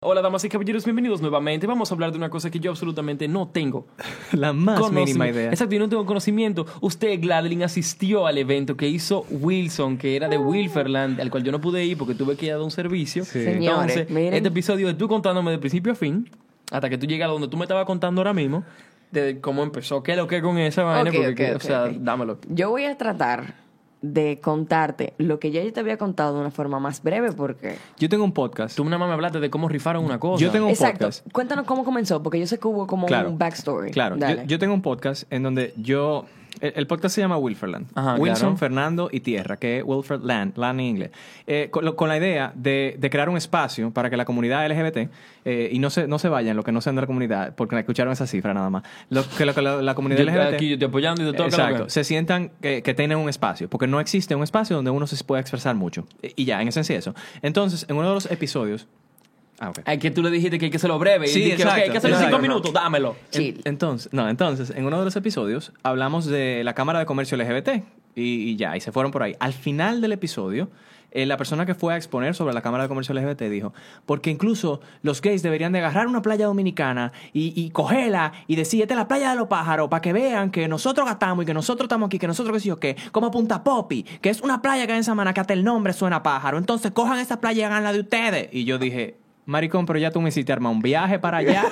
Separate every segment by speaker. Speaker 1: Hola damas y caballeros, bienvenidos nuevamente. Vamos a hablar de una cosa que yo absolutamente no tengo.
Speaker 2: La más
Speaker 1: conocimiento.
Speaker 2: Ah, mínima idea.
Speaker 1: Exacto, yo no tengo conocimiento. Usted, Gladlin, asistió al evento que hizo Wilson, que era de
Speaker 3: Ah.
Speaker 1: Wilferland, al cual yo no pude ir porque tuve que ir a dar un servicio.
Speaker 2: Sí.
Speaker 1: Entonces,
Speaker 3: Señores, miren.
Speaker 1: este episodio es tú contándome de principio a fin, hasta que tú llegas a donde tú me estabas contando ahora mismo, de cómo empezó, qué es lo que con esa vaina,
Speaker 3: Ok,
Speaker 1: porque,
Speaker 3: ok,
Speaker 1: o
Speaker 3: ok,
Speaker 1: sea,
Speaker 3: ok.
Speaker 1: dámelo.
Speaker 3: Yo voy a tratar de contarte lo que ya yo te había contado de una forma más breve porque...
Speaker 2: Yo tengo un podcast.
Speaker 1: Tú nada más me hablaste de cómo rifaron una cosa.
Speaker 2: Yo tengo un
Speaker 3: Exacto.
Speaker 2: podcast.
Speaker 3: Cuéntanos cómo comenzó, porque yo sé que hubo como
Speaker 2: Claro.
Speaker 3: un backstory.
Speaker 2: Claro. Yo,
Speaker 3: Dale.
Speaker 2: yo tengo un podcast en donde yo. El, el podcast se llama Wilferland.
Speaker 1: Ajá,
Speaker 2: Wilson,
Speaker 1: claro.
Speaker 2: Fernando y Tierra, que es Wilfred Land, Land en inglés. Eh, con, lo- con la idea de, de crear un espacio para que la comunidad LGBT, eh, y no se, no se vayan, los que no sean de la comunidad, porque escucharon esa cifra nada más, Los que lo- que la, la comunidad
Speaker 1: Yo-
Speaker 2: LGBT.
Speaker 1: aquí yo te apoyando y te toca.
Speaker 2: Exacto. Se sientan que, que tienen un espacio, porque no existe un espacio donde uno se pueda expresar mucho. Y y ya, en esencia eso. Entonces, en uno de los episodios... Ah, ok.
Speaker 1: Es que tú le dijiste que hay que hacerlo breve.
Speaker 2: Sí,
Speaker 1: y dije,
Speaker 2: exacto,
Speaker 1: ok, hay que hacerlo en
Speaker 2: exacto.
Speaker 1: cinco minutos, dámelo.
Speaker 3: Chill.
Speaker 2: Entonces, no, entonces, en uno de los episodios hablamos de la Cámara de Comercio LGBT y, y ya, y se fueron por ahí. Al final del episodio, eh, la persona que fue a exponer sobre la Cámara de Comercio LGBT dijo, porque incluso los gays deberían de agarrar una playa dominicana y, y cogerla y decir, esta es la playa de los pájaros, para que vean que nosotros gastamos y que nosotros estamos aquí, que nosotros qué sé yo qué, como Punta Popi, que es una playa que hay en Samana, que hasta el nombre suena a pájaro. Entonces, cojan esa playa y háganla de ustedes. Y yo dije... Maricón, pero ya tú me hiciste armar un viaje para allá.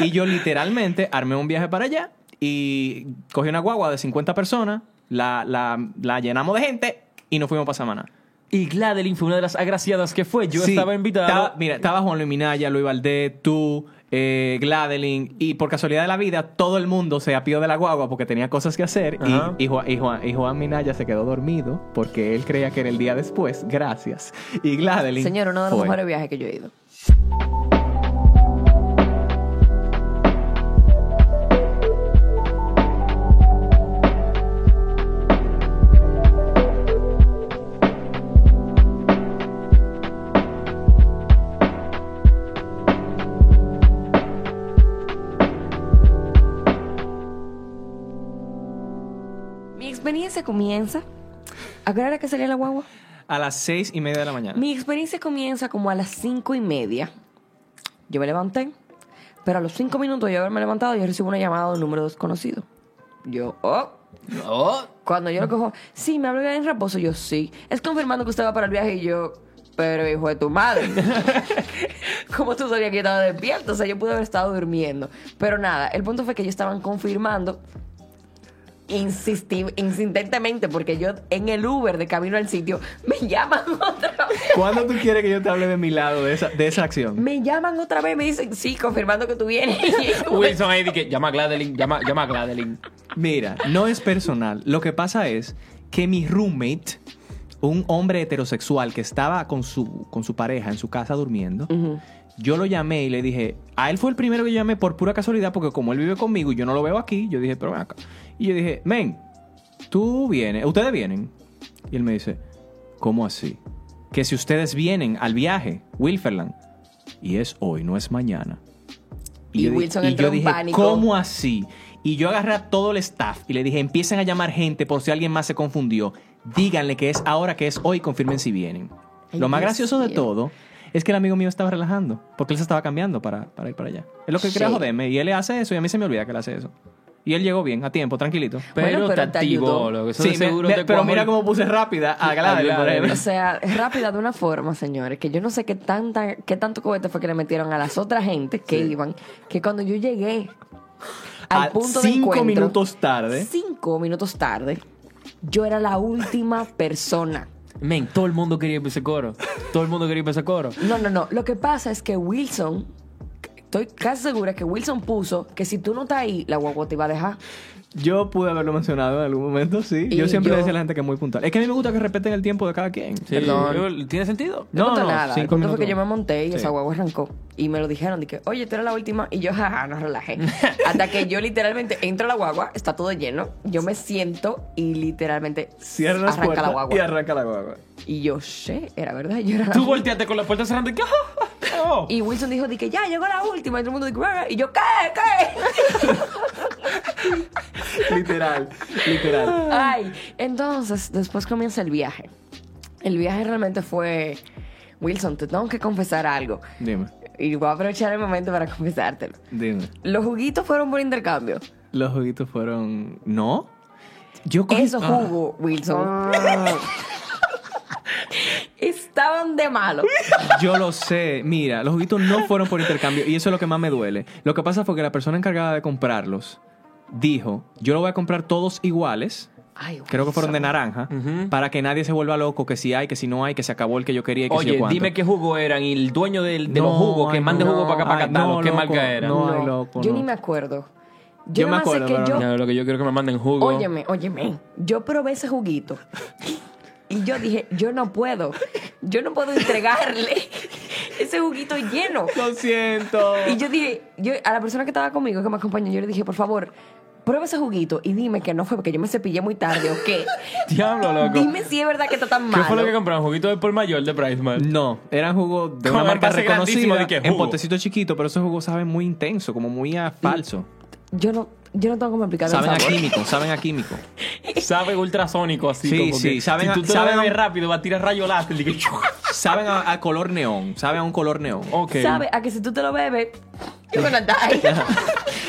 Speaker 2: Y yo literalmente armé un viaje para allá y cogí una guagua de 50 personas, la, la- la llenamos de gente y nos fuimos para Samaná.
Speaker 1: Y Gladeline fue una de las agraciadas que fue. Yo
Speaker 2: Sí,
Speaker 1: estaba invitado.
Speaker 2: estaba- mira, estaba Juan Luis Minaya, Luis Valdés, tú, eh, Gladeline y por casualidad de la vida todo el mundo se apió de la guagua porque tenía cosas que hacer y-
Speaker 1: Ajá.
Speaker 2: y, Juan, y, Juan, y Juan Minaya se quedó dormido porque él creía que era el día después. Gracias. Y Gladeline
Speaker 3: Señor, uno de los
Speaker 2: fue.
Speaker 3: mejores viajes que yo he ido. Mi experiencia comienza. ¿A qué hora era que salía la guagua?
Speaker 2: A las seis y media de la mañana.
Speaker 3: Mi experiencia comienza como a las cinco y media. Yo me levanté, pero a los cinco minutos de yo haberme levantado, yo recibo una llamada de un número desconocido. Yo, oh,
Speaker 1: Oh,
Speaker 3: cuando yo lo cojo, sí, me habla en reposo. Yo, sí, es confirmando que usted va para el viaje. Y yo, pero hijo de tu madre, ¿cómo tú sabías que yo estaba despierto? O sea, yo pude haber estado durmiendo. Pero nada, el punto fue que ellos estaban confirmando insistí, insistentemente, porque yo en el Uber de camino al sitio me llaman otra vez.
Speaker 2: ¿Cuándo tú quieres que yo te hable de mi lado, de esa, de esa acción?
Speaker 3: Me llaman otra vez, me dicen, sí, confirmando que tú vienes. Y yo,
Speaker 1: Oh. Wilson ahí dije, llama a Gladeline, llama, llama a Gladeline.
Speaker 2: Mira, no es personal. Lo que pasa es que mi roommate, un hombre heterosexual que estaba con su, con su pareja en su casa durmiendo, yo lo llamé y le dije, a él fue el primero que yo llamé por pura casualidad, porque como él vive conmigo y yo no lo veo aquí, yo dije, pero ven acá. Y yo dije, men, tú vienes, ustedes vienen. Y él me dice, ¿cómo así? Que si ustedes vienen al viaje, Wilferland, y es hoy, no es mañana.
Speaker 3: Y
Speaker 2: yo di-
Speaker 3: Wilson entró
Speaker 2: yo
Speaker 3: en
Speaker 2: dije,
Speaker 3: pánico.
Speaker 2: ¿cómo así? Y yo agarré a todo el staff y le dije, empiecen a llamar gente por si alguien más se confundió. Díganle que es ahora, que es hoy, confirmen si vienen.
Speaker 3: Ay,
Speaker 2: Lo más
Speaker 3: Dios
Speaker 2: gracioso de
Speaker 3: mío.
Speaker 2: todo es que el amigo mío estaba relajando, porque él se estaba cambiando para, para ir para allá. Es lo que quería
Speaker 3: Sí.
Speaker 2: joderme, y él le hace eso, y a mí se me olvida que él hace eso. Y él llegó bien, a tiempo, tranquilito.
Speaker 1: Pero,
Speaker 3: Bueno, pero
Speaker 1: te
Speaker 3: te
Speaker 1: activó,
Speaker 3: ayudó.
Speaker 1: loco. Pues Eso
Speaker 2: Sí,
Speaker 1: de
Speaker 2: me-
Speaker 1: seguro
Speaker 2: me-
Speaker 1: te
Speaker 2: pero
Speaker 1: cuajó
Speaker 2: mira
Speaker 1: el-
Speaker 2: cómo puse rápida a Gladys, por
Speaker 1: Gladys.
Speaker 2: ejemplo.
Speaker 3: O sea, rápida de una forma, señores, que yo no sé qué tanta, qué tanto cohete fue que le metieron a las otras gentes que iban, que cuando yo llegué al
Speaker 2: A
Speaker 3: punto de
Speaker 2: cinco
Speaker 3: encuentro,
Speaker 2: minutos tarde.
Speaker 3: cinco minutos tarde, yo era la última persona.
Speaker 1: Men, todo el mundo quería ir para ese coro. Todo el mundo quería ir para ese coro.
Speaker 3: No, no, no. Lo que pasa es que Wilson, estoy casi segura que Wilson puso que si tú no estás ahí, la guagua te iba a dejar.
Speaker 2: Yo pude haberlo mencionado en algún momento, sí.
Speaker 3: Y
Speaker 2: yo siempre
Speaker 3: yo-
Speaker 2: decía a la gente que es muy puntual. Es que a mí me gusta que respeten el tiempo de cada quien.
Speaker 1: Sí, yo- ¿Tiene sentido?
Speaker 3: No,
Speaker 2: No,
Speaker 3: no,
Speaker 2: no,
Speaker 3: nada. El
Speaker 2: cinco
Speaker 3: punto
Speaker 2: minutos.
Speaker 3: fue que yo me monté y
Speaker 2: Sí.
Speaker 3: esa guagua arrancó. Y me lo dijeron, dije, oye, tú eres la última. Y yo, jaja, no relajé. Hasta que yo literalmente entro a la guagua, está todo lleno. Yo me siento y literalmente
Speaker 2: Cierra las
Speaker 3: arranca
Speaker 2: puertas
Speaker 3: la
Speaker 2: y
Speaker 3: guagua.
Speaker 2: arranca la guagua.
Speaker 3: Y, yo, che, era verdad. Yo era la
Speaker 1: Tú
Speaker 3: última.
Speaker 1: volteaste con la puerta cerrada y que... ¡ah! oh.
Speaker 3: Y Wilson dijo, dije, ya, llegó la última. Y todo el mundo dijo, "Rara". y yo, ¿qué? ¿Qué?
Speaker 2: literal, literal.
Speaker 3: Ay, entonces, después comienza el viaje. El viaje realmente fue, Wilson, te tengo que confesar algo.
Speaker 2: Dime.
Speaker 3: y voy a aprovechar el momento para confesártelo.
Speaker 2: Dime.
Speaker 3: Los juguitos fueron por intercambio.
Speaker 2: Los juguitos fueron. ¿No? Yo cogí-
Speaker 3: Esos
Speaker 2: Ah.
Speaker 3: jugos, Wilson, estaban de malo.
Speaker 2: Yo lo sé. Mira, los juguitos no fueron por intercambio y eso es lo que más me duele. Lo que pasa fue que la persona encargada de comprarlos dijo, yo lo voy a comprar todos iguales.
Speaker 3: Ay,
Speaker 2: Creo que fueron de
Speaker 3: Wilson.
Speaker 2: naranja. Para que nadie se vuelva loco, que si hay, que si no hay, que se acabó el que yo quería, y que si
Speaker 1: Oye, dime qué jugo eran y el dueño del- de los jugos que mande
Speaker 2: mande
Speaker 1: jugo para acá, para catarlo, qué marca era.
Speaker 2: No,
Speaker 1: No.
Speaker 2: ay, loco,
Speaker 3: Yo
Speaker 2: no.
Speaker 3: ni me acuerdo.
Speaker 2: Yo
Speaker 3: Yo,
Speaker 2: me
Speaker 3: nada más sé
Speaker 2: acuerdo,
Speaker 3: que
Speaker 2: pero
Speaker 3: yo
Speaker 1: lo que yo quiero es que me manden jugo.
Speaker 3: Óyeme, óyeme. Yo probé ese juguito. Y yo dije, yo no puedo. Yo no puedo entregarle ese juguito lleno.
Speaker 2: Lo siento.
Speaker 3: Y yo dije, yo, a la persona que estaba conmigo, que me acompañó, yo le dije, por favor, prueba ese juguito y dime que no fue porque yo me cepillé muy tarde o qué.
Speaker 1: Diablo, loco.
Speaker 3: Dime si es verdad que está tan
Speaker 1: ¿Qué
Speaker 3: malo.
Speaker 1: fue lo que compraron? ¿Juguito de por mayor de Price Mart?
Speaker 2: No, eran jugos de
Speaker 1: Con
Speaker 2: una
Speaker 1: el
Speaker 2: marca
Speaker 1: envase grandísimo
Speaker 2: reconocida
Speaker 1: de que
Speaker 2: en
Speaker 1: jugo.
Speaker 2: potecito chiquito, pero esos jugos saben muy intenso, como muy a falso.
Speaker 3: Yo no, yo no tengo cómo explicar el
Speaker 2: Saben a
Speaker 3: sabor.
Speaker 2: químico, saben a químico.
Speaker 1: Sabe ultrasónico así.
Speaker 2: Sí,
Speaker 1: como que
Speaker 2: sí, saben a-
Speaker 1: si tú te
Speaker 2: saben
Speaker 1: lo
Speaker 2: a-
Speaker 1: bebes rápido, va a tirar rayo láser. Dije,
Speaker 2: Saben a, a color neón, saben a un color neón. Oh,
Speaker 1: ok.
Speaker 3: ¿Sabe? A que si tú te lo bebes, you're gonna die.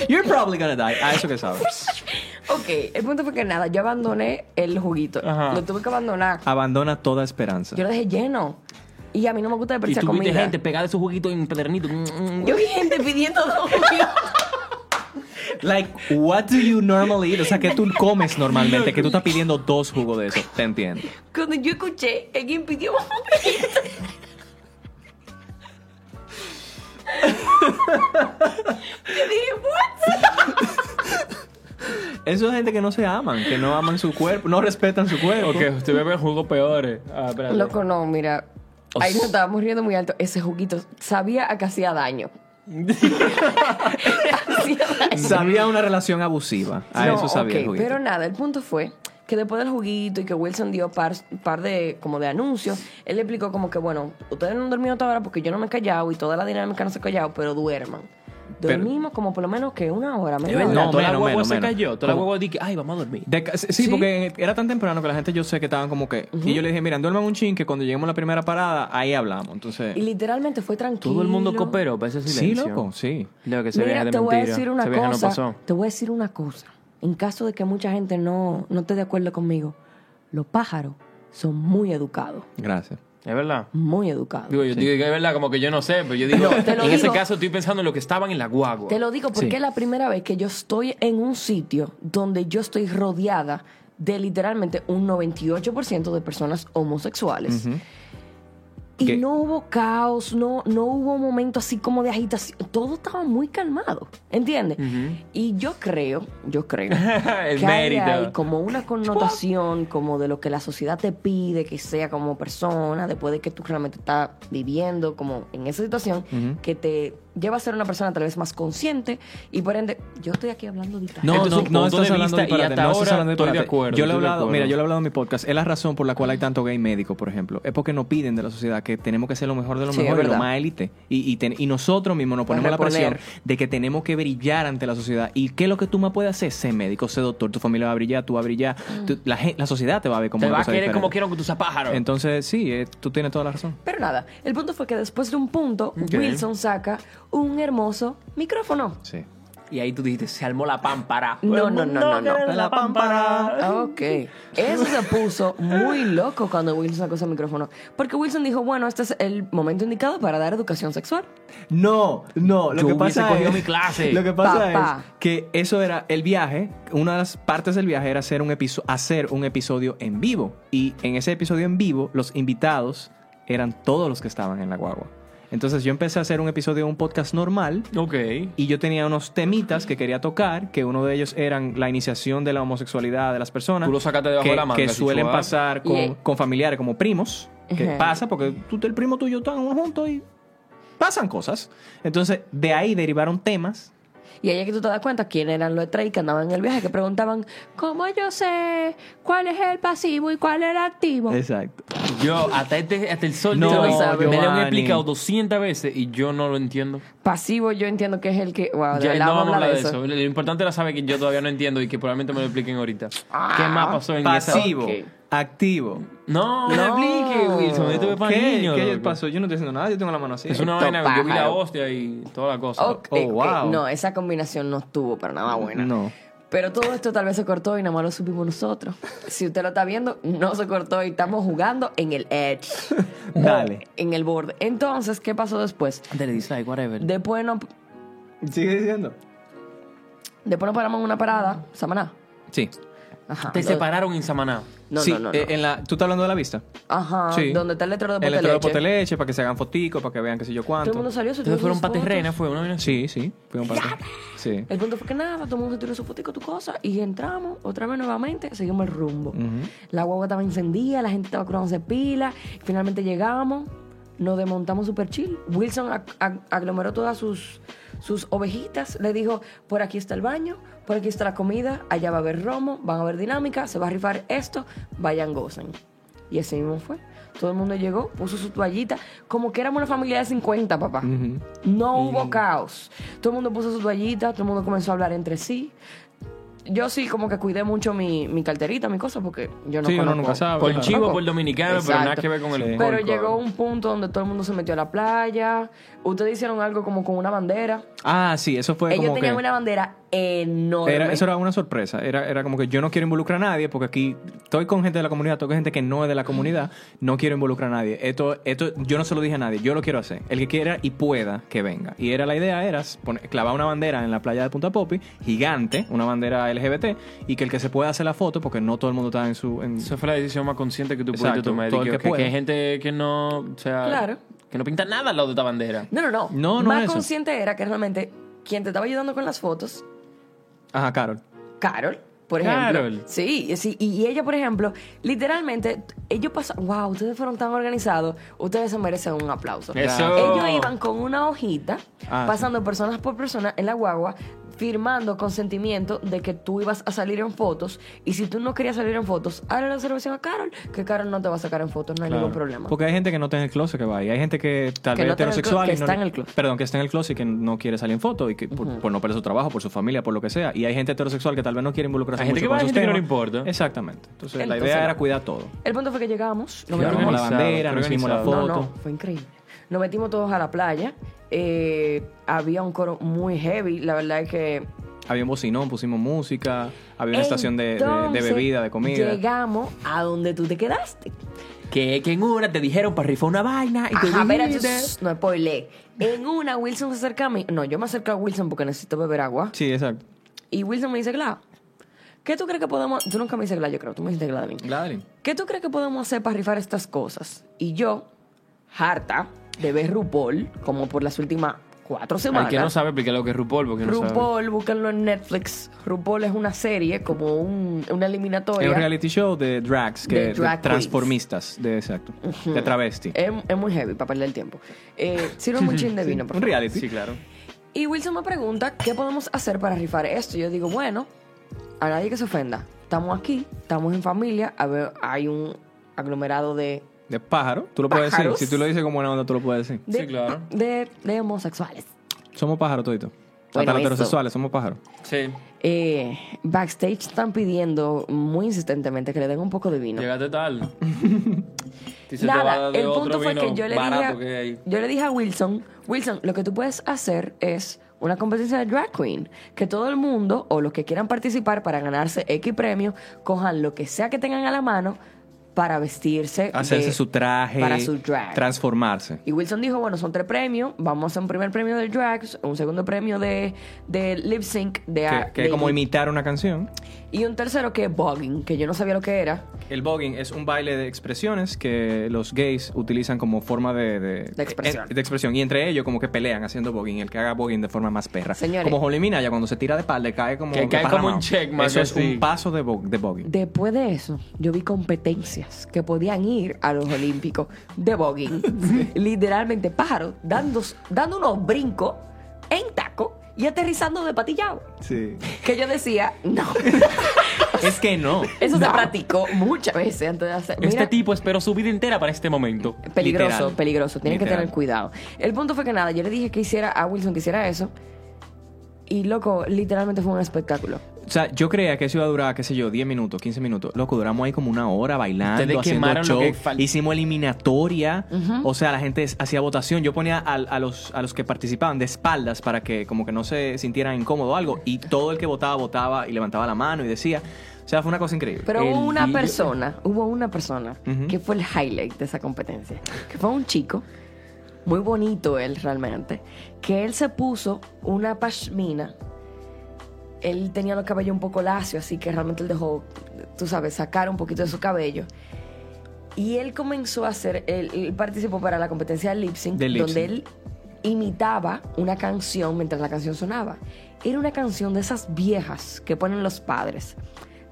Speaker 2: You're probably gonna die. A eso que sabes.
Speaker 3: ok, el punto fue que nada, yo abandoné el juguito.
Speaker 1: Ajá.
Speaker 3: Lo tuve que abandonar.
Speaker 2: Abandona toda esperanza.
Speaker 3: Yo lo dejé lleno. Y a mí no me
Speaker 1: Y
Speaker 3: gusta desperdiciar
Speaker 1: tú viste
Speaker 3: comida.
Speaker 1: gente pegada esos juguitos en pedernito. Mm, mm.
Speaker 3: Yo vi gente pidiendo dos
Speaker 2: Like, what do you normally eat? O sea, ¿qué tú comes normalmente? Que tú estás pidiendo dos jugos de eso. Te entiendo.
Speaker 3: Cuando yo escuché, alguien pidió más juguitos. Yo dije, what?
Speaker 2: Eso es gente que no se aman, que no aman su cuerpo, no respetan su cuerpo.
Speaker 1: Ok, usted bebe jugos peores. Ah, espérate.
Speaker 3: Loco, no, mira. Ahí nos estábamos riendo muy alto. Ese juguito sabía a que hacía daño. hacía daño.
Speaker 2: Sabía una relación abusiva.
Speaker 1: Ah,
Speaker 2: A
Speaker 3: No,
Speaker 2: eso sabía el
Speaker 3: ok,
Speaker 2: juguito.
Speaker 3: Pero nada, el punto fue que después del juguito y que Wilson dio par, par de como de anuncios, él le explicó como que, bueno, ustedes no han dormido toda hora porque yo no me he callado y toda la dinámica no se ha callado, pero duerman.
Speaker 2: Pero-
Speaker 3: Dormimos como por lo menos que una hora, media
Speaker 2: verdad.
Speaker 3: hora.
Speaker 1: Eh, No, toda la
Speaker 2: menos,
Speaker 1: huevo
Speaker 2: menos,
Speaker 1: se
Speaker 2: menos.
Speaker 1: cayó. Toda la
Speaker 2: ¿Cómo?
Speaker 1: huevo dije, ay, vamos a dormir.
Speaker 2: De ca- sí, sí,
Speaker 3: Sí.
Speaker 2: porque era tan temprano que la gente yo sé que estaban como que... Y yo le dije, mira, duerman un chin que cuando lleguemos a la primera parada, ahí hablamos. Entonces...
Speaker 3: Y literalmente fue tranquilo.
Speaker 1: Todo el mundo cooperó para ese
Speaker 2: Sí,
Speaker 1: silencio.
Speaker 2: loco, sí.
Speaker 1: Lo que se
Speaker 3: Mira,
Speaker 1: veía de
Speaker 3: te voy a
Speaker 1: mentira.
Speaker 3: decir una
Speaker 1: Esa vieja no
Speaker 3: cosa.
Speaker 1: pasó.
Speaker 3: Te voy a decir una cosa. En caso de que mucha gente no, no esté de acuerdo conmigo, los pájaros son muy educados.
Speaker 2: Gracias.
Speaker 1: Es verdad.
Speaker 3: Muy educados.
Speaker 1: Digo, yo digo que es verdad, como que yo no sé, pero yo digo,
Speaker 3: te lo
Speaker 1: en ese
Speaker 3: digo.
Speaker 1: caso estoy pensando en lo que estaban en la guagua.
Speaker 3: Te lo digo porque
Speaker 2: Sí.
Speaker 3: es la primera vez que yo estoy en un sitio donde yo estoy rodeada de literalmente un 98% de personas homosexuales. Y
Speaker 2: Que-
Speaker 3: no hubo caos, no, no hubo momento así como de agitación. Todo estaba muy calmado, ¿entiendes? Y yo creo, yo creo
Speaker 1: El
Speaker 3: que ahí
Speaker 1: mérito.
Speaker 3: hay como una connotación como de lo que la sociedad te pide que sea como persona, después de que tú realmente estás viviendo como en esa situación, que te lleva a ser una persona tal vez más consciente y por ende, yo estoy aquí hablando de
Speaker 2: No,
Speaker 1: Este es
Speaker 2: no,
Speaker 1: un
Speaker 2: no
Speaker 1: punto
Speaker 2: estás
Speaker 1: de
Speaker 2: hablando
Speaker 1: vista
Speaker 2: de
Speaker 1: y
Speaker 2: disparate,
Speaker 1: hasta
Speaker 2: no estás
Speaker 1: ahora
Speaker 2: hablando de
Speaker 1: estoy de
Speaker 2: disparate.
Speaker 1: acuerdo,
Speaker 2: Yo lo he
Speaker 1: estoy de
Speaker 2: hablado,
Speaker 1: acuerdo.
Speaker 2: mira, yo lo he hablado en mi podcast. Es la razón por la cual hay tanto gay médico, por ejemplo. Es porque nos piden de la sociedad que tenemos que ser lo mejor de lo
Speaker 3: Sí,
Speaker 2: mejor
Speaker 3: es
Speaker 2: y lo
Speaker 3: verdad.
Speaker 2: más élite. Y, y ten- y nosotros mismos nos
Speaker 3: Pues
Speaker 2: ponemos la presión
Speaker 3: reponer.
Speaker 2: de que tenemos que brillar ante la sociedad. ¿Y qué es lo que tú más puedes hacer? Ser médico, ser doctor, tu familia va a brillar, tú vas a brillar. Tú- la, gen- la sociedad te va a ver como
Speaker 1: Mm. Te
Speaker 2: una
Speaker 1: va a
Speaker 2: cosa
Speaker 1: querer como
Speaker 2: diferente.
Speaker 1: quiero que tú seas pájaro.
Speaker 2: Entonces, sí, eh, tú tienes toda la razón.
Speaker 3: Pero nada, el punto fue que después de un punto,
Speaker 1: Ok.
Speaker 3: Wilson saca un hermoso micrófono.
Speaker 2: Sí.
Speaker 1: y ahí tú dijiste, se armó la pámpara.
Speaker 3: No, no, no, no, no.
Speaker 1: que era La pámpara.
Speaker 3: Ok. Eso se puso muy loco cuando Wilson sacó ese micrófono. Porque Wilson dijo, bueno, este es el momento indicado para dar educación sexual.
Speaker 2: No, no, lo
Speaker 1: Yo
Speaker 2: que
Speaker 1: hubiese
Speaker 2: pasa
Speaker 1: cogido
Speaker 2: es,
Speaker 1: mi clase.
Speaker 2: Lo que pasa
Speaker 3: Papá.
Speaker 2: es que eso era el viaje, una de las partes del viaje era hacer un episodio hacer un episodio en vivo y en ese episodio en vivo los invitados eran todos los que estaban en la guagua. Entonces yo empecé a hacer un episodio de un podcast normal
Speaker 1: Ok.
Speaker 2: y yo tenía unos temitas que quería tocar, que uno de ellos eran la iniciación de la homosexualidad de las personas.
Speaker 1: Tú lo sacaste debajo
Speaker 2: que,
Speaker 1: de la manga, ¿ah?
Speaker 2: Que suelen
Speaker 1: Chichuá.
Speaker 2: pasar con,
Speaker 3: Y- eh,
Speaker 2: con familiares, como primos. Que
Speaker 3: Ujú.
Speaker 2: pasa porque tú, el primo tuyo están juntos y pasan cosas. Entonces, de ahí derivaron temas.
Speaker 3: Y ahí es que tú te das cuenta quiénes eran los tres que andaban en el viaje, que preguntaban, ¿cómo yo sé cuál es el pasivo y cuál es el activo?
Speaker 1: Eh.
Speaker 2: Exacto.
Speaker 1: Yo, hasta, este, hasta el sol
Speaker 2: No,
Speaker 1: de hoy,
Speaker 3: Giovanni.
Speaker 1: me lo han explicado 200 veces y yo no lo entiendo.
Speaker 3: Pasivo yo entiendo que es el que... Wow, de
Speaker 1: Ya,
Speaker 3: verdad
Speaker 1: no
Speaker 3: vamos a hablar de eso.
Speaker 1: Lo importante era saber que yo todavía no entiendo y que probablemente me lo expliquen ahorita.
Speaker 3: Ah,
Speaker 1: ¿Qué más pasó en esa-
Speaker 2: Pasivo.
Speaker 3: Ok.
Speaker 2: activo.
Speaker 1: No, no,
Speaker 3: No.
Speaker 1: explique, Wilson. este Esto es para
Speaker 2: ¿Qué?
Speaker 1: niños.
Speaker 2: ¿Qué
Speaker 1: loco.
Speaker 2: pasó? Yo no estoy haciendo nada, yo tengo la mano así.
Speaker 1: Es una
Speaker 3: Esto
Speaker 1: vaina. Yo vi la
Speaker 3: pájaro.
Speaker 1: hostia y toda la cosa.
Speaker 3: Ok,
Speaker 2: Oh,
Speaker 3: ok.
Speaker 2: wow.
Speaker 3: No, esa combinación no estuvo para nada buena.
Speaker 2: No.
Speaker 3: Pero todo esto tal vez se cortó y nada más lo supimos nosotros. Si usted lo está viendo, no se cortó y estamos jugando en el edge.
Speaker 2: Dale.
Speaker 3: En el borde. Entonces, ¿qué pasó después?
Speaker 1: Dale dislike, whatever.
Speaker 3: Después no,
Speaker 2: ¿Sigue diciendo?
Speaker 3: después nos paramos en una parada, Samaná.
Speaker 2: Sí.
Speaker 3: Ajá.
Speaker 1: Te
Speaker 3: Lo-
Speaker 1: separaron en Samaná.
Speaker 3: No,
Speaker 2: Sí,
Speaker 3: no, no. no.
Speaker 2: eh, en la, ¿Tú estás hablando de la vista?
Speaker 3: Ajá.
Speaker 2: sí.
Speaker 3: Donde está el letrero de
Speaker 2: el letrero de
Speaker 3: Poteleche.
Speaker 2: Poteleche, para que se hagan foticos, para que vean qué sé yo
Speaker 3: Todo
Speaker 2: cuánto.
Speaker 3: el mundo salió, se tiró
Speaker 1: Entonces fueron
Speaker 3: sus fotos.
Speaker 1: paterrena, fue una vaina así.
Speaker 2: Sí, sí. Fui a un parque. Sí.
Speaker 3: El punto fue que nada, todo el mundo se tiró su fotico, tu cosa, y entramos otra vez nuevamente, seguimos el rumbo. La guagua estaba encendida, la gente estaba curándose pila, finalmente llegamos, nos desmontamos super chill. Wilson ag- ag- aglomeró todas sus, sus ovejitas, le dijo, por aquí está el baño, por aquí está la comida, allá va a haber romo, van a haber dinámica, se va a rifar esto, vayan, gozan. Y así mismo fue. Todo el mundo llegó, puso su toallita, como que éramos una familia de 50, papá. No hubo caos. Todo el mundo puso su toallita, todo el mundo comenzó a hablar entre sí. Yo sí como que cuidé mucho mi, mi carterita, mi cosa, porque yo no
Speaker 2: Sí, uno
Speaker 3: conozco.
Speaker 2: nunca sabe.
Speaker 1: Por
Speaker 2: Claro.
Speaker 1: chivo, por dominicano, pero nada
Speaker 3: Exacto.
Speaker 1: que ver con el
Speaker 2: Sí.
Speaker 3: Pero
Speaker 1: alcohol.
Speaker 3: llegó un punto donde todo el mundo se metió a la playa. Ustedes hicieron algo como con una bandera.
Speaker 2: Ah, sí, eso fue
Speaker 3: Ellos
Speaker 2: como
Speaker 3: tenían
Speaker 2: que...
Speaker 3: una bandera enorme.
Speaker 2: Era, eso era una sorpresa. Era, era como que yo no quiero involucrar a nadie porque aquí estoy con gente de la comunidad, estoy con gente que no es de la comunidad, no quiero involucrar a nadie. Esto, esto yo no se lo dije a nadie, yo lo quiero hacer. El que quiera y pueda que venga. Y era la idea, era poner- clavar una bandera en la playa de Punta Popi, gigante, una bandera LGBT, y que el que se pueda hacer la foto, porque no todo el mundo está en su... en-
Speaker 1: Esa fue la decisión más consciente que tú
Speaker 2: Exacto,
Speaker 1: pudiste tomar.
Speaker 2: todo
Speaker 1: Que,
Speaker 2: el
Speaker 1: que,
Speaker 2: que pueda.
Speaker 1: hay gente que no, o sea,
Speaker 3: Claro.
Speaker 1: que no pinta nada al lado de esta bandera.
Speaker 3: No, no, no.
Speaker 2: No, no
Speaker 3: Más
Speaker 2: eso.
Speaker 3: consciente era que realmente quien te estaba ayudando con las fotos
Speaker 2: Ajá, Carol.
Speaker 3: Carol, por ejemplo.
Speaker 1: Carol.
Speaker 3: Sí, sí, y- y ella, por ejemplo, literalmente, ellos pasaron, wow, ustedes fueron tan organizados, ustedes se merecen un aplauso.
Speaker 1: Eso.
Speaker 3: Ellos iban con una hojita,
Speaker 2: Ah,
Speaker 3: pasando personas por persona en la guagua, firmando consentimiento de que tú ibas a salir en fotos, y si tú no querías salir en fotos, hazle la observación a Carol, que Carol no te va a sacar en fotos, no hay ningún
Speaker 2: Claro.
Speaker 3: problema.
Speaker 2: Porque hay gente que no está en el closet que va ahí. Hay gente que tal
Speaker 3: Que
Speaker 2: vez
Speaker 3: no está en el
Speaker 2: heterosexual.
Speaker 3: clo- que
Speaker 2: y no
Speaker 3: está
Speaker 2: le-
Speaker 3: en el closet.
Speaker 2: Perdón, que está en el closet y que no quiere salir en foto y que por, por no perder su trabajo, por su familia, por lo que sea. Y hay gente heterosexual que tal vez no quiere involucrarse
Speaker 1: Hay gente
Speaker 2: mucho
Speaker 1: que va,
Speaker 2: con
Speaker 1: hay
Speaker 2: esos
Speaker 1: gente que no
Speaker 2: temas.
Speaker 1: le importa.
Speaker 2: Exactamente. Entonces, la
Speaker 3: Entonces,
Speaker 2: idea
Speaker 3: no.
Speaker 2: era cuidar todo.
Speaker 3: El punto fue que llegamos, nos
Speaker 2: Nos
Speaker 1: Claro.
Speaker 3: metimos-
Speaker 2: metimos la
Speaker 1: organizado,
Speaker 2: bandera, nos hicimos la
Speaker 3: No,
Speaker 2: foto.
Speaker 3: no, fue increíble. Nos metimos todos a la playa. eh, había un coro muy heavy. La verdad es que.
Speaker 2: Había un bocinón, pusimos música, había una estación de, de- de
Speaker 3: Entonces,
Speaker 2: bebida, de comida.
Speaker 3: Llegamos a donde tú te quedaste.
Speaker 1: Que, que en una te dijeron para rifar una vaina y te
Speaker 3: Ajá, espérate,
Speaker 1: dijiste-
Speaker 3: shh, no spoilé. En una, Wilson se acerca a mí. No, yo me acerco a Wilson porque necesito beber agua.
Speaker 2: Sí, exacto.
Speaker 3: Y Wilson me dice, Gla, ¿qué tú crees que podemos.? Tú nunca me dices Gla, yo creo. Tú me dijiste Gla de mí.
Speaker 2: Gladly.
Speaker 3: ¿Qué tú crees que podemos hacer para rifar estas cosas? Y yo, harta de ver RuPaul, como por las últimas cuatro
Speaker 1: Al
Speaker 3: semanas.
Speaker 1: que no sabe explicar lo que es RuPaul, porque no sabe.
Speaker 3: RuPaul, búsquenlo en Netflix. RuPaul es una serie, como un- una
Speaker 2: Es un
Speaker 3: eliminatoria.
Speaker 2: reality show de drags, que,
Speaker 3: De drag queens.
Speaker 2: transformistas, de exacto, de travesti.
Speaker 3: Es, es muy heavy para perder el tiempo. Eh, sirve un chin de vino, por
Speaker 2: Un
Speaker 3: favor.
Speaker 2: reality.
Speaker 1: Sí, claro.
Speaker 3: Y Wilson me pregunta, ¿qué podemos hacer para rifar esto? Yo digo, bueno, a nadie que se ofenda. Estamos aquí, estamos en familia, a ver, hay un aglomerado de,
Speaker 2: De pájaro, tú lo puedes
Speaker 3: Pájaros.
Speaker 2: decir. Si tú lo dices como buena onda, tú lo puedes decir.
Speaker 3: de-
Speaker 1: Sí, claro.
Speaker 3: de- de homosexuales.
Speaker 2: Somos pájaros todito.
Speaker 3: Bueno,
Speaker 2: Hasta los
Speaker 3: eso.
Speaker 2: heterosexuales, somos pájaros.
Speaker 1: Sí.
Speaker 3: Eh, backstage están pidiendo muy insistentemente que le den un poco de vino.
Speaker 1: Llegaste tal. Si se te va a
Speaker 3: Nada,
Speaker 1: dar de
Speaker 3: el
Speaker 1: otro
Speaker 3: punto fue
Speaker 1: vino
Speaker 3: que yo le, dije
Speaker 1: barato
Speaker 3: a,
Speaker 1: que hay.
Speaker 3: yo le dije a Wilson, Wilson, lo que tú puedes hacer es una competencia de drag queen, que todo el mundo o los que quieran participar para ganarse X premio, cojan lo que sea que tengan a la mano para vestirse.
Speaker 2: Hacerse
Speaker 3: de-
Speaker 2: su traje.
Speaker 3: Para su drag.
Speaker 2: Transformarse.
Speaker 3: Y Wilson dijo, bueno, son tres premios, vamos a hacer un primer premio de drag, un segundo premio de, de lip sync, de,
Speaker 2: Que, que
Speaker 3: de-
Speaker 2: es como imitar una canción.
Speaker 3: y un tercero que es bogging, que yo no sabía lo que era.
Speaker 2: El voguing es un baile de expresiones que los gays utilizan como forma de... De,
Speaker 3: De expresión.
Speaker 2: eh, de expresión. Y entre ellos como que pelean haciendo voguing. El que haga voguing de forma más perra.
Speaker 3: Señores.
Speaker 2: Como Holly Minaya cuando se tira de espalda y cae como...
Speaker 1: Que cae como
Speaker 2: desparramado.
Speaker 1: un checkmark,
Speaker 2: Eso es
Speaker 1: así.
Speaker 2: un paso de, vo- de voguing.
Speaker 3: Después de eso, yo vi competencias que podían ir a los Olímpicos de voguing. Literalmente pájaros dando, dando unos brincos en taco y aterrizando de patillado.
Speaker 2: Sí.
Speaker 3: Que yo decía, no.
Speaker 2: es que no.
Speaker 3: Eso se practicó muchas veces antes de hacer.
Speaker 1: Este
Speaker 3: Mira,
Speaker 1: tipo esperó su vida entera para este momento.
Speaker 3: Peligroso,
Speaker 2: Literal.
Speaker 3: peligroso. Tienen que
Speaker 2: Literal.
Speaker 3: tener cuidado. El punto fue que nada, yo le dije que hiciera a Wilson que hiciera eso. Y loco, literalmente fue un espectáculo.
Speaker 2: O sea, yo creía que eso iba a durar, qué sé yo, 10 minutos, 15 minutos. Loco, duramos ahí como una hora bailando,
Speaker 1: Ustedes
Speaker 2: haciendo
Speaker 1: quemaron lo
Speaker 2: show.
Speaker 1: que fal-
Speaker 2: Hicimos eliminatoria. O sea, la gente hacía votación. Yo ponía al- a, los, a los que participaban de espaldas para que como que no se sintieran incómodo o algo. Y todo el que votaba, votaba y levantaba la mano y decía. O sea, fue una cosa increíble. Eh,
Speaker 3: Pero
Speaker 1: El
Speaker 3: hubo una
Speaker 1: video-
Speaker 3: persona, hubo una persona
Speaker 2: Ujú.
Speaker 3: que fue el highlight de esa competencia, que fue un chico, muy bonito él realmente, que él se puso una pashmina. Él tenía los cabellos un poco lacios, así que realmente él dejó, tú sabes, sacar un poquito de su cabello. Y él comenzó a hacer, él, él participó para la competencia de lip sync,
Speaker 2: De lip
Speaker 3: donde
Speaker 2: sync.
Speaker 3: él imitaba una canción mientras la canción sonaba. Era una canción de esas viejas que ponen los padres,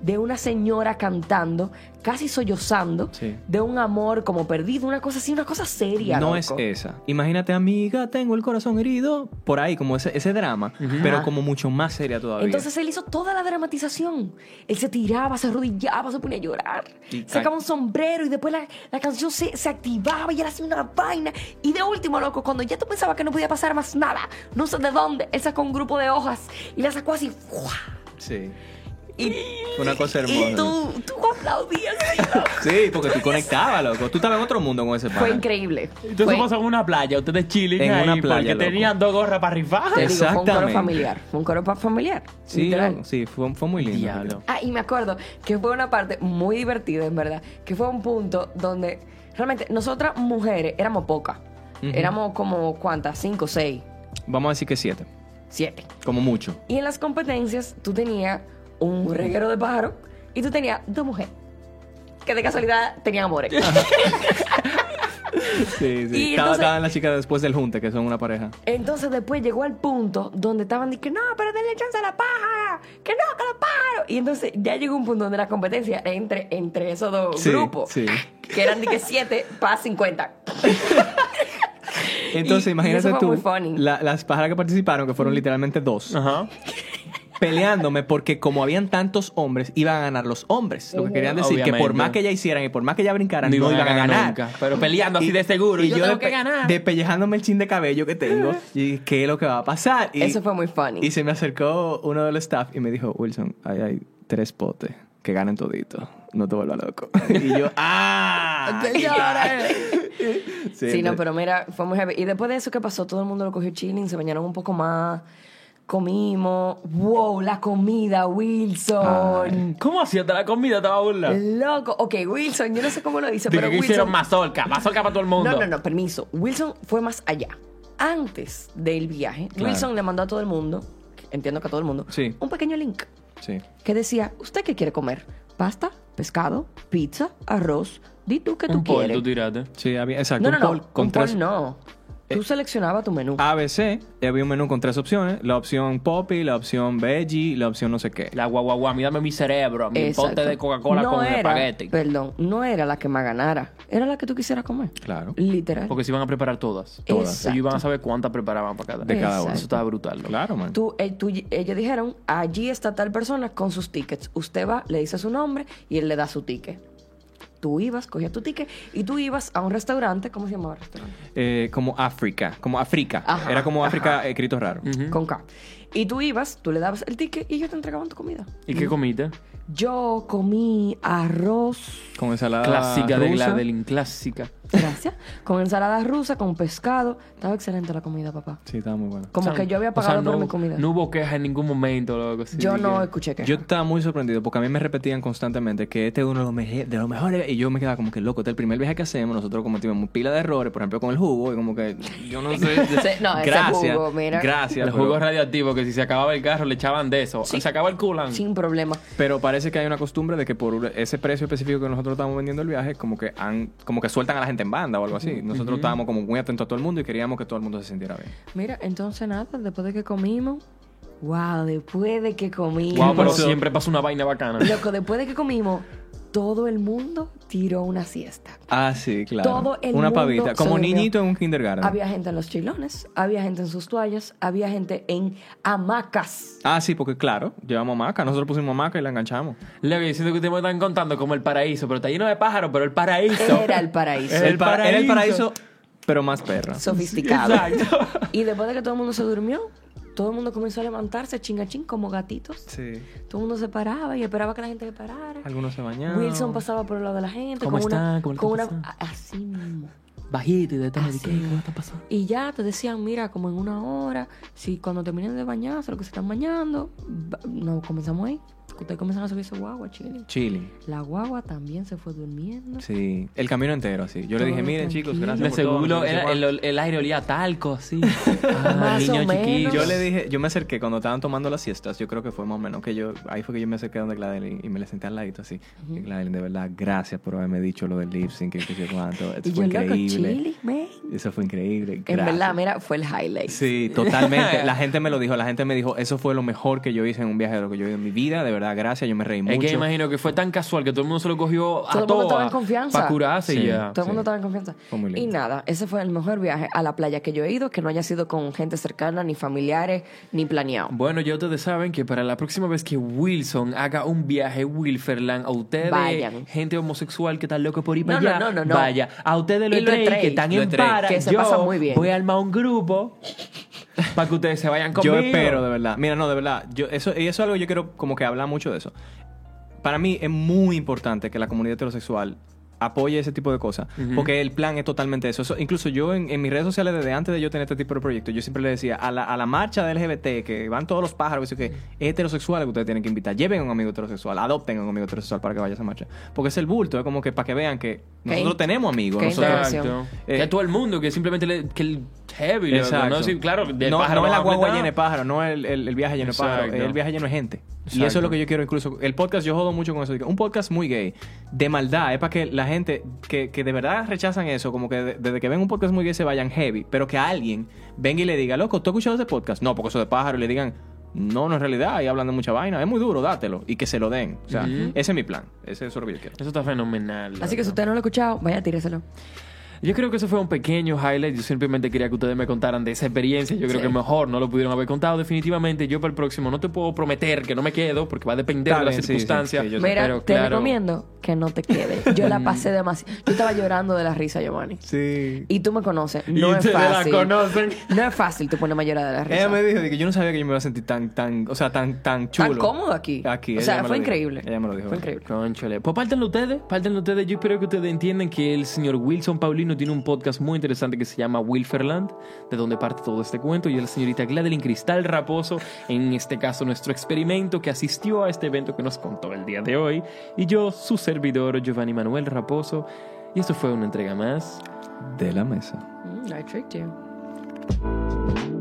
Speaker 3: de una señora cantando, casi sollozando,
Speaker 2: Sí.
Speaker 3: de un amor como perdido, una cosa así, una cosa seria.
Speaker 2: No
Speaker 3: loco.
Speaker 2: es esa. Imagínate, amiga, tengo el corazón herido. Por ahí, como ese, ese drama, pero
Speaker 3: Ajá.
Speaker 2: como mucho más seria todavía.
Speaker 3: Entonces él hizo toda la dramatización. Él se tiraba, se arrodillaba, se ponía a llorar,
Speaker 2: Y
Speaker 3: sacaba
Speaker 2: ca-
Speaker 3: un sombrero y después la, la canción se, se activaba y él hacía una vaina. Y de último, loco, cuando ya tú pensabas que no podía pasar más nada, no sé de dónde, él sacó un grupo de hojas y la sacó así. ¡fua!
Speaker 2: sí.
Speaker 3: Y,
Speaker 2: Fue una cosa hermosa.
Speaker 3: Y tú, tú aplaudías. así, loco.
Speaker 2: Sí, porque tú conectabas, loco. Tú estabas en otro mundo con ese pana.
Speaker 3: Fue increíble.
Speaker 1: Entonces
Speaker 3: Fue-
Speaker 1: pasó en una playa, ustedes chilling
Speaker 2: En
Speaker 1: ahí
Speaker 2: una playa,
Speaker 1: porque
Speaker 2: loco.
Speaker 1: tenían dos gorras para rifar.
Speaker 3: te digo, fue un coro
Speaker 2: Exactamente.
Speaker 3: familiar. Fue un coro pa- familiar.
Speaker 2: Sí,
Speaker 3: literal.
Speaker 2: loco, sí, fue, fue muy lindo.
Speaker 1: Diablo.
Speaker 3: Ah, y me acuerdo que fue una parte muy divertida, en verdad, que fue un punto donde realmente nosotras mujeres éramos pocas.
Speaker 2: Ujú.
Speaker 3: Éramos como, ¿cuántas? Cinco, seis,
Speaker 2: Vamos a decir que siete,
Speaker 3: siete.
Speaker 2: como mucho.
Speaker 3: Y en las competencias tú tenías un reguero de pájaro y tú tenías dos mujeres. Que de casualidad tenían amores.
Speaker 2: Sí,
Speaker 3: Y
Speaker 2: sí.
Speaker 3: entonces-
Speaker 2: Estaban las chicas después del junte, que son una pareja.
Speaker 3: Entonces después llegó al punto donde estaban diciendo, no, pero denle chance a la pájara, que no, que la pájaro. Y entonces ya llegó un punto donde la competencia era entre, entre esos dos
Speaker 2: Sí,
Speaker 3: grupos,
Speaker 2: sí.
Speaker 3: que eran de que 7 para 50.
Speaker 2: Entonces,
Speaker 3: Y- y
Speaker 2: imagínate
Speaker 3: eso fue
Speaker 2: tú,
Speaker 3: muy funny.
Speaker 2: la- las pájaras que participaron, que fueron literalmente dos,
Speaker 1: Ajá.
Speaker 2: peleándome porque como habían tantos hombres, iban a ganar los hombres. Lo que querían decir que por
Speaker 1: Obviamente.
Speaker 2: más que ella hicieran y por más que ella brincaran, no, iban a ganar.
Speaker 1: nunca, pero peleando así de seguro. Y yo tengo que ganar.
Speaker 2: Despellejándome el chin de cabello que tengo y qué es lo que va a pasar. Y,
Speaker 3: Eso fue muy funny.
Speaker 2: Y se me acercó uno de los staff y me dijo, Wilson, ahí hay tres potes que ganan todito. No te vuelvas loco. y yo, ¡ah!
Speaker 3: Sí, no, pero mira, fue muy heavy. Y después de eso que pasó, todo el mundo lo cogió chilling, se bañaron un poco más, comimos. ¡Wow! La comida, Wilson.
Speaker 1: ¿Cómo hacía hasta la comida? Estaba burla.
Speaker 3: Loco. Ok, Wilson, yo no sé cómo lo
Speaker 1: Dije
Speaker 3: hice, pero
Speaker 1: que
Speaker 3: Wilson.
Speaker 1: hicieron mazorca, mazorca para todo el mundo.
Speaker 3: No, no, no, permiso. Wilson fue más allá. Antes del viaje,
Speaker 2: Claro.
Speaker 3: Wilson le mandó a todo el mundo, entiendo que a todo el mundo,
Speaker 2: Sí.
Speaker 3: un pequeño link
Speaker 2: Sí.
Speaker 3: que decía, ¿usted qué quiere comer? ¿Pasta? ¿Pescado? ¿Pizza? ¿Arroz? Di tú qué tú
Speaker 1: Un pollo,
Speaker 3: quieres.
Speaker 1: tú tiraste.
Speaker 2: Sí, había, exacto.
Speaker 3: No, no,
Speaker 2: un
Speaker 3: no.
Speaker 2: poll
Speaker 3: un
Speaker 2: con
Speaker 3: poll
Speaker 2: tres-
Speaker 3: no.
Speaker 1: Eh.
Speaker 3: Tú seleccionabas tu
Speaker 1: Ah,
Speaker 3: menú.
Speaker 2: ABC, y había un menú con tres opciones. La opción poppy, la opción veggie, la opción no sé qué.
Speaker 1: La guagua, guau, mí dame mi cerebro, mi
Speaker 3: Exacto.
Speaker 1: pote de Coca-Cola
Speaker 3: No
Speaker 1: con
Speaker 3: era-
Speaker 1: espagueti.
Speaker 3: Perdón, no era la que más ganara. Era la que tú quisieras comer.
Speaker 2: Claro.
Speaker 3: Literal.
Speaker 1: Porque se iban a preparar todas.
Speaker 3: Todas.
Speaker 1: Ellos iban a saber cuántas preparaban para cada.
Speaker 2: De cada uno.
Speaker 1: Eso estaba brutal. loco.
Speaker 2: Claro, man.
Speaker 3: Tú, eh, tú- ellos dijeron, allí está tal persona con sus tickets. Usted va, le dice su nombre y él le da su ticket. Tú ibas, cogías tu ticket y tú ibas a un restaurante, ¿cómo se llamaba el restaurante?
Speaker 2: Eh, como África. Como África.
Speaker 3: Ajá, Mm.
Speaker 2: Era como África escrito raro.
Speaker 3: Con K. Y tú ibas, tú le dabas el ticket y ellos te entregaban tu comida.
Speaker 1: ¿Y qué comiste?
Speaker 3: Yo comí arroz.
Speaker 2: Con ensalada
Speaker 1: Clásica
Speaker 3: Ah,
Speaker 1: de
Speaker 2: rusa.
Speaker 1: Gladeline, clásica.
Speaker 3: Gracias. Con ensalada rusa, con pescado. Estaba excelente la comida, papá.
Speaker 2: Sí, estaba muy buena.
Speaker 3: Como
Speaker 1: O sea,
Speaker 3: que yo había
Speaker 1: o sea,
Speaker 3: pagado
Speaker 1: no-
Speaker 3: por mi comida.
Speaker 1: No hubo queja en ningún momento, loco. sí,
Speaker 3: yo
Speaker 1: de
Speaker 3: no
Speaker 1: que-
Speaker 3: escuché que.
Speaker 2: Yo estaba muy sorprendido porque a mí me repetían constantemente que este es uno de los, meje- de los mejores y yo me quedaba como que loco, este es el primer viaje que hacemos, nosotros cometimos pila de errores, por ejemplo con el jugo y como que yo no sé,
Speaker 3: Ese- no, ese
Speaker 2: gracias,
Speaker 3: jugo, mira.
Speaker 2: gracias,
Speaker 1: El
Speaker 2: pero-
Speaker 1: jugo radioactivo, que si se acababa el carro le echaban de eso.
Speaker 3: Sí.
Speaker 1: Se acaba el culan.
Speaker 3: Sin problema.
Speaker 2: pero parece que hay una costumbre de que por ese precio específico que nosotros estábamos vendiendo el viaje, como que han, como que sueltan a la gente en banda o algo así. Nosotros estábamos como muy atentos a todo el mundo y queríamos que todo el mundo se sintiera bien.
Speaker 3: Mira, entonces nada, después de que comimos. Wow, después de que comimos.
Speaker 1: Wow, pero
Speaker 2: Hermoso.
Speaker 1: siempre pasa una vaina bacana.
Speaker 3: Loco, después de que comimos, todo el mundo tiró una siesta.
Speaker 2: Ah, sí, claro.
Speaker 3: Todo el
Speaker 2: una
Speaker 3: mundo
Speaker 2: pavita,
Speaker 3: se
Speaker 2: como
Speaker 3: durmió.
Speaker 2: niñito en un kindergarten.
Speaker 3: Había gente en los chilones, había gente en sus toallas, había gente en hamacas.
Speaker 2: Ah, sí, porque claro, llevamos hamaca, nosotros pusimos hamaca y la enganchamos.
Speaker 1: Loco, yo siento que ustedes me están contando como el paraíso, pero está lleno de pájaros, pero el paraíso.
Speaker 3: Era el paraíso.
Speaker 1: El
Speaker 2: El para- Era el
Speaker 1: paraíso.
Speaker 2: paraíso, pero más perra.
Speaker 3: Sofisticado.
Speaker 1: Exacto.
Speaker 3: Y después de que todo el mundo se durmió, todo el mundo comenzó a levantarse chingachín como gatitos.
Speaker 2: Sí.
Speaker 3: Todo el mundo se paraba y esperaba que la gente se parara.
Speaker 2: Algunos se bañaban.
Speaker 3: Wilson pasaba por el lado de la gente.
Speaker 1: ¿Cómo
Speaker 3: con
Speaker 1: está?
Speaker 3: Una,
Speaker 1: ¿Cómo le
Speaker 3: con
Speaker 1: está
Speaker 3: una-
Speaker 1: pasando?
Speaker 3: a- así mismo.
Speaker 1: Bajito y de todo.
Speaker 3: Así.
Speaker 1: ¿Qué? ¿Qué está pasando?
Speaker 3: Y ya te decían, mira, como en una hora, si cuando terminen de bañarse, lo que se están bañando, ba- nos comenzamos ahí. Ustedes comenzaron a subir su guagua, chile.
Speaker 2: Chilling.
Speaker 3: La guagua también se fue durmiendo.
Speaker 2: Sí. El camino entero, así. Yo le
Speaker 3: Todo
Speaker 2: dije, miren,
Speaker 3: tranquilo.
Speaker 2: chicos, gracias
Speaker 1: De
Speaker 2: por todo, no
Speaker 1: seguro
Speaker 2: sé
Speaker 1: era-
Speaker 2: cuánto".
Speaker 1: el, el aire olía a talco, así.
Speaker 3: Más
Speaker 1: Ah,
Speaker 3: o
Speaker 1: niño
Speaker 3: menos.
Speaker 1: chiquito.
Speaker 2: Yo le dije, yo me acerqué cuando estaban tomando las siestas, yo creo que fue más o menos que yo, ahí fue que yo me acerqué donde Gladeline y me le senté al ladito así. Y Gladeline, de verdad, gracias por haberme dicho lo del lip sync, que qué sé cuánto. Eso
Speaker 3: Y
Speaker 2: fue
Speaker 3: yo, loco,
Speaker 2: increíble.
Speaker 3: chile, man.
Speaker 2: Eso fue increíble.
Speaker 3: En
Speaker 2: gracias".
Speaker 3: verdad, mira, fue el highlight.
Speaker 2: Sí, totalmente. La gente me lo dijo, la gente me dijo, eso fue lo mejor que yo hice en un viaje de lo que yo he ido en mi vida, de verdad, gracias, yo me reí
Speaker 1: Es
Speaker 2: mucho.
Speaker 1: que me imagino que fue tan casual que todo el mundo se lo cogió a
Speaker 3: Todo el mundo estaba en confianza.
Speaker 1: Para curarse
Speaker 2: Sí.
Speaker 1: y ya.
Speaker 3: Todo el
Speaker 2: sí.
Speaker 3: mundo estaba en confianza.
Speaker 2: Fue muy lindo.
Speaker 3: Y nada, ese fue el mejor viaje a la playa que yo he ido, que no haya sido con gente cercana, ni familiares, ni planeado.
Speaker 1: Bueno, ya ustedes saben que para la próxima vez que Wilson haga un viaje Wilferland, a ustedes,
Speaker 3: Vayan.
Speaker 1: gente homosexual que está loco por ir
Speaker 3: No,
Speaker 1: para allá,
Speaker 3: no, no, no, no.
Speaker 1: vaya. A ustedes los
Speaker 3: Y los
Speaker 1: tres
Speaker 3: tres.
Speaker 1: que están
Speaker 2: Los
Speaker 1: en
Speaker 2: tres.
Speaker 1: para,
Speaker 3: Que se
Speaker 1: yo
Speaker 3: pasa muy bien.
Speaker 1: voy a armar un grupo para que ustedes se vayan conmigo.
Speaker 2: Yo espero, de verdad. Mira, no, de verdad. Yo, eso, y eso es algo que yo quiero como que hablar mucho de eso. Para mí es muy importante que la comunidad heterosexual apoye ese tipo de cosas. Porque el plan es totalmente eso. Eso- incluso yo en, en mis redes sociales, desde antes de yo tener este tipo de proyectos, yo siempre le decía a la, a la marcha de LGBT, que van todos los pájaros, eso que es heterosexual que ustedes tienen que invitar. Lleven a un amigo heterosexual, adopten a un amigo heterosexual para que vaya a esa marcha. Porque es el bulto, es como que para que vean que nosotros tenemos amigos.
Speaker 3: que
Speaker 2: nosotros-
Speaker 1: Exacto.
Speaker 3: Integración.
Speaker 2: Eh,
Speaker 1: que a todo el mundo, que simplemente le- que el heavy, loco,
Speaker 2: Exacto.
Speaker 1: ¿no? Sí, claro, del
Speaker 2: no,
Speaker 1: pájaro
Speaker 2: no es la
Speaker 1: vamos a
Speaker 2: guagua
Speaker 1: cuidar.
Speaker 2: llena de pájaro, no el, el- el viaje lleno de pájaro,
Speaker 1: Exacto.
Speaker 2: el viaje lleno de gente. Y
Speaker 1: Exacto.
Speaker 2: eso es lo que yo quiero incluso. El podcast, yo jodo mucho con eso. digo, Un podcast muy gay, de maldad, es para que la gente que, que de verdad rechazan eso, como que de- desde que ven un podcast muy gay se vayan heavy, pero que alguien venga y le diga, loco, ¿tú has escuchado ese podcast? No, porque eso de pájaro, y le digan, no, no es realidad, ahí hablan de mucha vaina, es muy duro, dátelo, y que se lo den. O sea, ese es mi plan, ese es lo que yo quiero.
Speaker 1: Eso está fenomenal.
Speaker 3: Así
Speaker 1: loco.
Speaker 3: que si usted no lo ha escuchado, vaya, tíreselo.
Speaker 1: Yo creo que eso fue un pequeño highlight. Yo simplemente quería que ustedes me contaran de esa experiencia. Yo creo
Speaker 3: Sí.
Speaker 1: que mejor no lo pudieron haber contado. Definitivamente, yo para el próximo no te puedo prometer que no me quedo porque va a depender
Speaker 2: Está
Speaker 1: de las
Speaker 2: bien, sí,
Speaker 1: circunstancias.
Speaker 2: sí, sí, yo sé.
Speaker 3: Mira,
Speaker 1: pero,
Speaker 3: te
Speaker 1: claro,
Speaker 3: recomiendo que no te quedes. Yo la pasé demasiado. Yo estaba llorando de la risa, Giovanni.
Speaker 2: Sí.
Speaker 3: Y tú me conoces.
Speaker 1: Y
Speaker 3: No es
Speaker 1: ustedes la
Speaker 3: fácil.
Speaker 1: conocen.
Speaker 3: No es fácil tú ponerme a llorar de la risa.
Speaker 2: Ella me dijo de que yo no sabía que yo me iba a sentir tan, tan, o sea, tan, tan chulo.
Speaker 3: Tan cómodo aquí.
Speaker 2: Aquí.
Speaker 3: O
Speaker 2: ella me
Speaker 3: sea,
Speaker 2: lo
Speaker 3: fue
Speaker 2: dijo.
Speaker 3: increíble.
Speaker 2: Ella me lo dijo.
Speaker 3: Fue increíble.
Speaker 1: Cónchale. Pues pártanlo ustedes, pártanlo ustedes. Yo espero que ustedes entiendan que el señor Wilson Paulino tiene un podcast muy interesante que se llama Wilferland, de donde parte todo este cuento, y la señorita Gladeline Cristal Raposo, en este caso nuestro experimento, que asistió a este evento que nos contó el día de hoy, y yo, su servidor Giovanni Manuel Raposo. Y esto fue una entrega más
Speaker 2: De la mesa.
Speaker 3: Mm, I tricked you.
Speaker 4: Thank